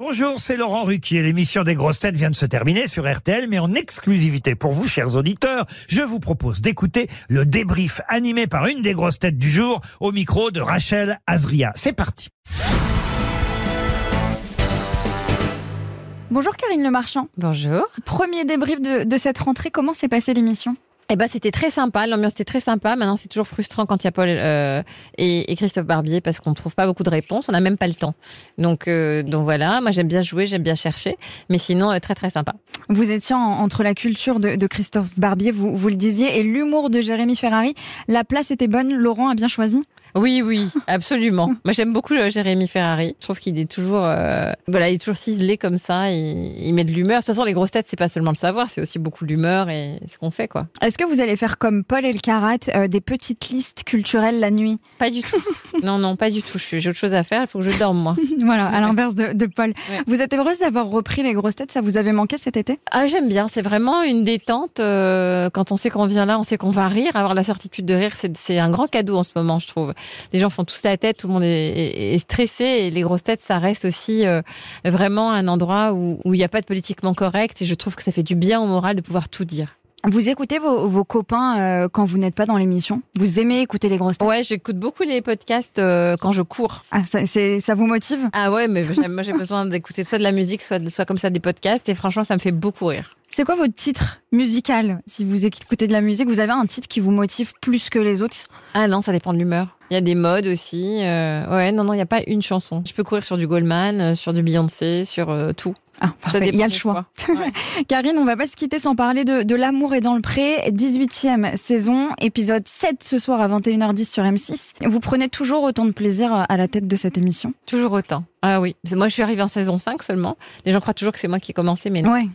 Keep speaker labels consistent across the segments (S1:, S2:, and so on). S1: Bonjour, c'est Laurent Ruquier. L'émission des grosses têtes vient de se terminer sur RTL, mais en exclusivité pour vous, chers auditeurs, je vous propose d'écouter le débrief animé par une des grosses têtes du jour au micro de Rachel Azria. C'est parti.
S2: Bonjour Karine Le Marchand.
S3: Bonjour.
S2: Premier débrief de, de cette rentrée, comment s'est passée l'émission
S3: Eh ben, c'était très sympa. L'ambiance était très sympa. Maintenant, c'est toujours frustrant quand il y a Paul euh, et, et Christophe Barbier parce qu'on ne trouve pas beaucoup de réponses. On n'a même pas le temps. Donc, euh, donc voilà. Moi, j'aime bien jouer, j'aime bien chercher. Mais sinon, euh, très très sympa.
S2: Vous étiez en- entre la culture de, de Christophe Barbier, vous, vous le disiez, et l'humour de Jérémy Ferrari. La place était bonne, Laurent a bien choisi.
S3: Oui, oui, absolument. Moi, j'aime beaucoup euh, Jérémy Ferrari. Je trouve qu'il est toujours, euh, voilà, il est toujours ciselé comme ça. Il, il met de l'humeur. De toute façon, les grosses têtes, c'est pas seulement le savoir, c'est aussi beaucoup l'humeur et ce qu'on fait, quoi.
S2: Est-ce que vous allez faire comme Paul et le Karat, euh, des petites listes culturelles la nuit
S3: Pas du tout. non, non, pas du tout. Je suis- J'ai autre chose à faire. Il faut que je dorme, moi.
S2: Voilà, à l'inverse de, de Paul.
S3: Ouais.
S2: Vous êtes heureuse d'avoir repris les grosses têtes, ça vous avait manqué cet été
S3: Ah, j'aime bien. C'est vraiment une détente. euh, quand on sait qu'on vient là, on sait qu'on va rire. Avoir la certitude de rire, c'est, c'est un grand cadeau en ce moment, je trouve. Les gens font tous la tête, tout le monde est, est- est stressé. Et les grosses têtes, ça reste aussi euh, vraiment un endroit où où il n'y a pas de politiquement correct. Et je trouve que ça fait du bien au moral de pouvoir tout dire.
S2: Vous écoutez vos, vos copains euh, quand vous n'êtes pas dans l'émission Vous aimez écouter les grosses têtes
S3: Ouais, j'écoute beaucoup les podcasts euh, quand je cours.
S2: Ah, ça, c'est- ça vous motive
S3: Ah ouais, mais j'aime- moi j'ai besoin d'écouter soit de la musique, soit, de- soit comme ça des podcasts. Et franchement, ça me fait beaucoup rire.
S2: C'est quoi votre titre musical Si vous écoutez de la musique, vous avez un titre qui vous motive plus que les autres
S3: Ah non, ça dépend de l'humeur. Il y a des modes aussi. euh, ouais, non, non, il n'y a pas une chanson. Je peux courir sur du Goldman, euh, sur du Beyoncé, sur euh, tout.
S2: Ah,
S3: Ça
S2: parfait, il y
S3: dépend
S2: a le
S3: des
S2: choix.
S3: fois. Ouais.
S2: Karine, on va pas se quitter sans parler de, de L'amour et dans le pré, 18e saison, épisode 7 ce soir à 21h10 sur M6. Vous prenez toujours autant de plaisir à la tête de cette émission
S3: Toujours autant. Ah oui. Parce que Moi, je suis arrivée en saison 5 seulement. Les gens croient toujours que c'est moi qui ai commencé, mais non.
S2: Ouais.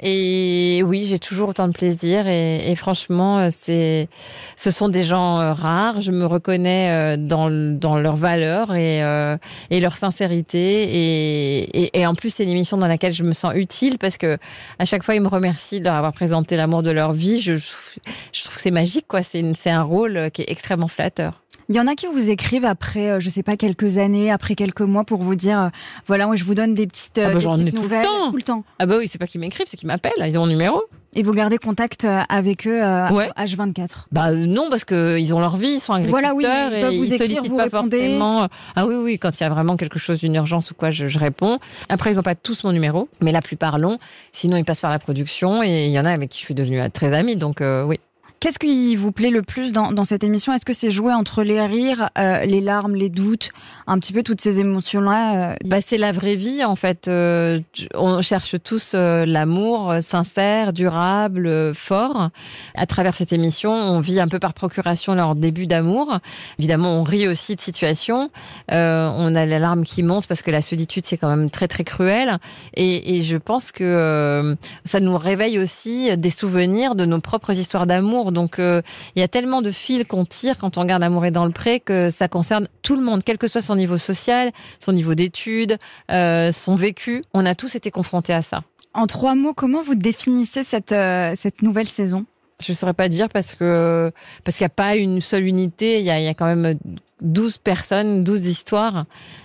S3: Et oui, j'ai toujours autant de plaisir. Et, et franchement, euh, c'est, ce sont des gens euh, rares. Je me reconnais euh, dans, le- dans leurs valeurs et, euh, et leur sincérité. Et, et, et en plus, c'est une émission dans laquelle je me sens utile parce que à chaque fois, ils me remercient de leur avoir présenté l'amour de leur vie. Je, je trouve que c'est magique, quoi. C'est, une- c'est un rôle euh, qui est extrêmement flatteur.
S2: Il y en a qui vous écrivent après, euh, je sais pas, quelques années, après quelques mois pour vous dire, euh, voilà, moi je vous donne des petites, euh,
S3: Ah bah,
S2: des
S3: j'en ai
S2: petites
S3: tout le
S2: nouvelles
S3: temps.
S2: tout le temps.
S3: Ah bah oui, c'est pas qu'ils m'écrivent, c'est qu'ils m'appellent. hein. Ils ont mon numéro.
S2: Et vous gardez contact euh, avec eux euh,
S3: Ouais.
S2: H24.
S3: Bah euh, non, parce que ils ont leur vie, ils sont agriculteurs
S2: Voilà, oui, mais ils
S3: et
S2: peuvent vous
S3: ils
S2: écrire,
S3: sollicitent
S2: vous
S3: pas
S2: répondez.
S3: forcément. Ah oui, oui, quand il y a vraiment quelque chose, d'une urgence ou quoi, je, je réponds. Après, ils n'ont pas tous mon numéro, mais la plupart l'ont. Sinon, ils passent par la production et il y en a avec qui je suis devenue très amie, donc euh, oui.
S2: Qu'est-ce qui vous plaît le plus dans, dans cette émission Est-ce que c'est joué entre les rires, euh, les larmes, les doutes, un petit peu toutes ces émotions-là euh,
S3: Bah, c'est la vraie vie, en fait. Euh, tu- on cherche tous euh, l'amour euh, sincère, durable, euh, fort. À travers cette émission, on vit un peu par procuration leur début d'amour. Évidemment, on rit aussi de situations. Euh, on a les larmes qui montent parce que la solitude, c'est quand même très, très cruel. Et, et je pense que euh, ça nous réveille aussi des souvenirs de nos propres histoires d'amour. Donc, euh, il y a tellement de fils qu'on tire quand on regarde Amour et dans le pré que ça concerne tout le monde, quel que soit son niveau social, son niveau d'études, euh, son vécu. On a tous été confrontés à ça.
S2: En trois mots, comment vous définissez cette, euh, cette nouvelle saison
S3: Je ne saurais pas dire parce que parce qu'il n'y a pas une seule unité. Il y a, il y a quand même 12 personnes, 12 histoires.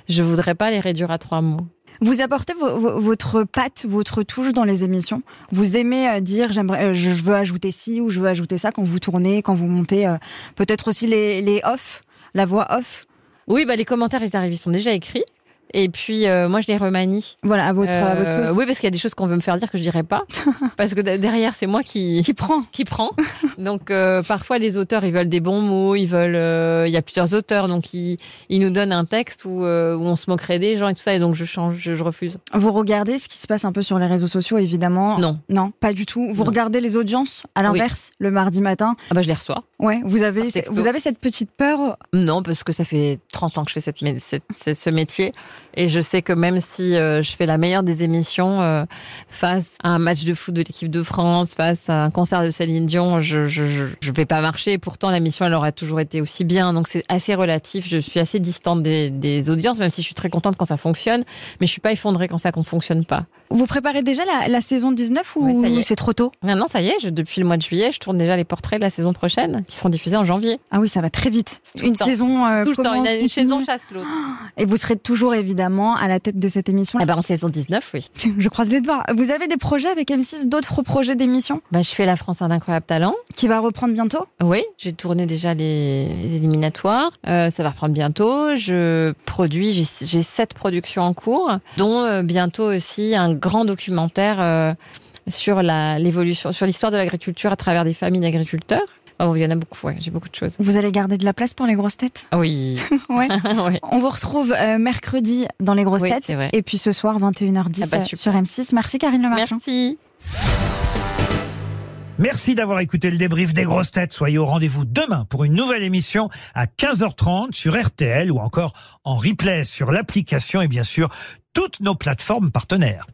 S3: Je voudrais pas les réduire à trois mots.
S2: Vous apportez vo- vo- votre patte, votre touche dans les émissions Vous aimez euh, dire j'aimerais, euh, je, je veux ajouter ci ou je veux ajouter ça quand vous tournez, quand vous montez euh, Peut-être aussi les, les off, la voix off
S3: Oui, bah les commentaires, ils arrivent, ils sont déjà écrits. Et puis euh, moi, je les remanie.
S2: Voilà, à votre, à votre
S3: Euh,
S2: sauce.
S3: oui, parce qu'il y a des choses qu'on veut me faire dire que je dirais pas, parce que de- derrière, c'est moi qui
S2: Qui prend
S3: qui prend. Donc euh, parfois les auteurs ils veulent des bons mots, ils veulent. euh, Il y a plusieurs auteurs donc ils, ils nous donnent un texte où, euh, où on se moquerait des gens et tout ça et donc je change, je, je refuse.
S2: Vous regardez ce qui se passe un peu sur les réseaux sociaux, évidemment
S3: Non,
S2: Non, pas du tout. Vous
S3: Non.
S2: regardez les audiences, à l'inverse, le mardi matin.
S3: ah bah je les reçois.
S2: Ouais, vous avez,
S3: Par texto.
S2: vous avez cette petite peur.
S3: Non parce que ça fait 30 ans que je fais cette, mé- cette- cette- ce métier et je sais que même si euh, je fais la meilleure des émissions euh, face à un match de foot de l'équipe de France, face à un concert de Céline Dion, je je, je, je vais pas marcher. Et pourtant la mission elle aura toujours été aussi bien donc c'est assez relatif. Je suis assez distante des, des audiences même si je suis très contente quand ça fonctionne. mais je suis pas effondrée quand ça ne fonctionne pas.
S2: Vous préparez déjà la, la saison 19 ou
S3: Ouais, ça y est.
S2: c'est trop tôt
S3: Maintenant, ça y est, je- depuis le mois de juillet, je tourne déjà les portraits de la saison prochaine, qui seront diffusés en janvier.
S2: Ah oui, ça va très vite.
S3: Tout le
S2: Une
S3: temps.
S2: saison. euh,
S3: Tout le temps,
S2: commence,
S3: une, une
S2: continue.
S3: saison chasse l'autre.
S2: Et vous serez toujours évidemment à la tête de cette émission.
S3: Eh ben, en saison 19, oui.
S2: Je croise les doigts. Vous avez des projets avec M6, d'autres projets d'émissions
S3: Ben, je fais La France a un incroyable talent.
S2: qui va reprendre bientôt
S3: Oui, j'ai tourné déjà les, les éliminatoires. Euh, ça va reprendre bientôt. Je produis, j'ai- j'ai sept productions en cours, dont euh, bientôt aussi un grand documentaire euh, sur la- l'évolution, sur l'histoire de l'agriculture à travers des familles d'agriculteurs. Oh, il y en a beaucoup, ouais, j'ai beaucoup de choses.
S2: Vous allez garder de la place pour les grosses têtes
S3: Ah Oui,
S2: Ouais.
S3: oui.
S2: On vous retrouve euh, mercredi dans les grosses
S3: Oui,
S2: têtes
S3: c'est vrai.
S2: et puis ce soir 21h10
S3: Ah bah,
S2: euh,
S3: super.
S2: sur M6. Merci Karine Le Marchand.
S3: Merci.
S1: Merci d'avoir écouté le débrief des grosses têtes. Soyez au rendez-vous demain pour une nouvelle émission à 15h30 sur RTL ou encore en replay sur l'application et bien sûr toutes nos plateformes partenaires.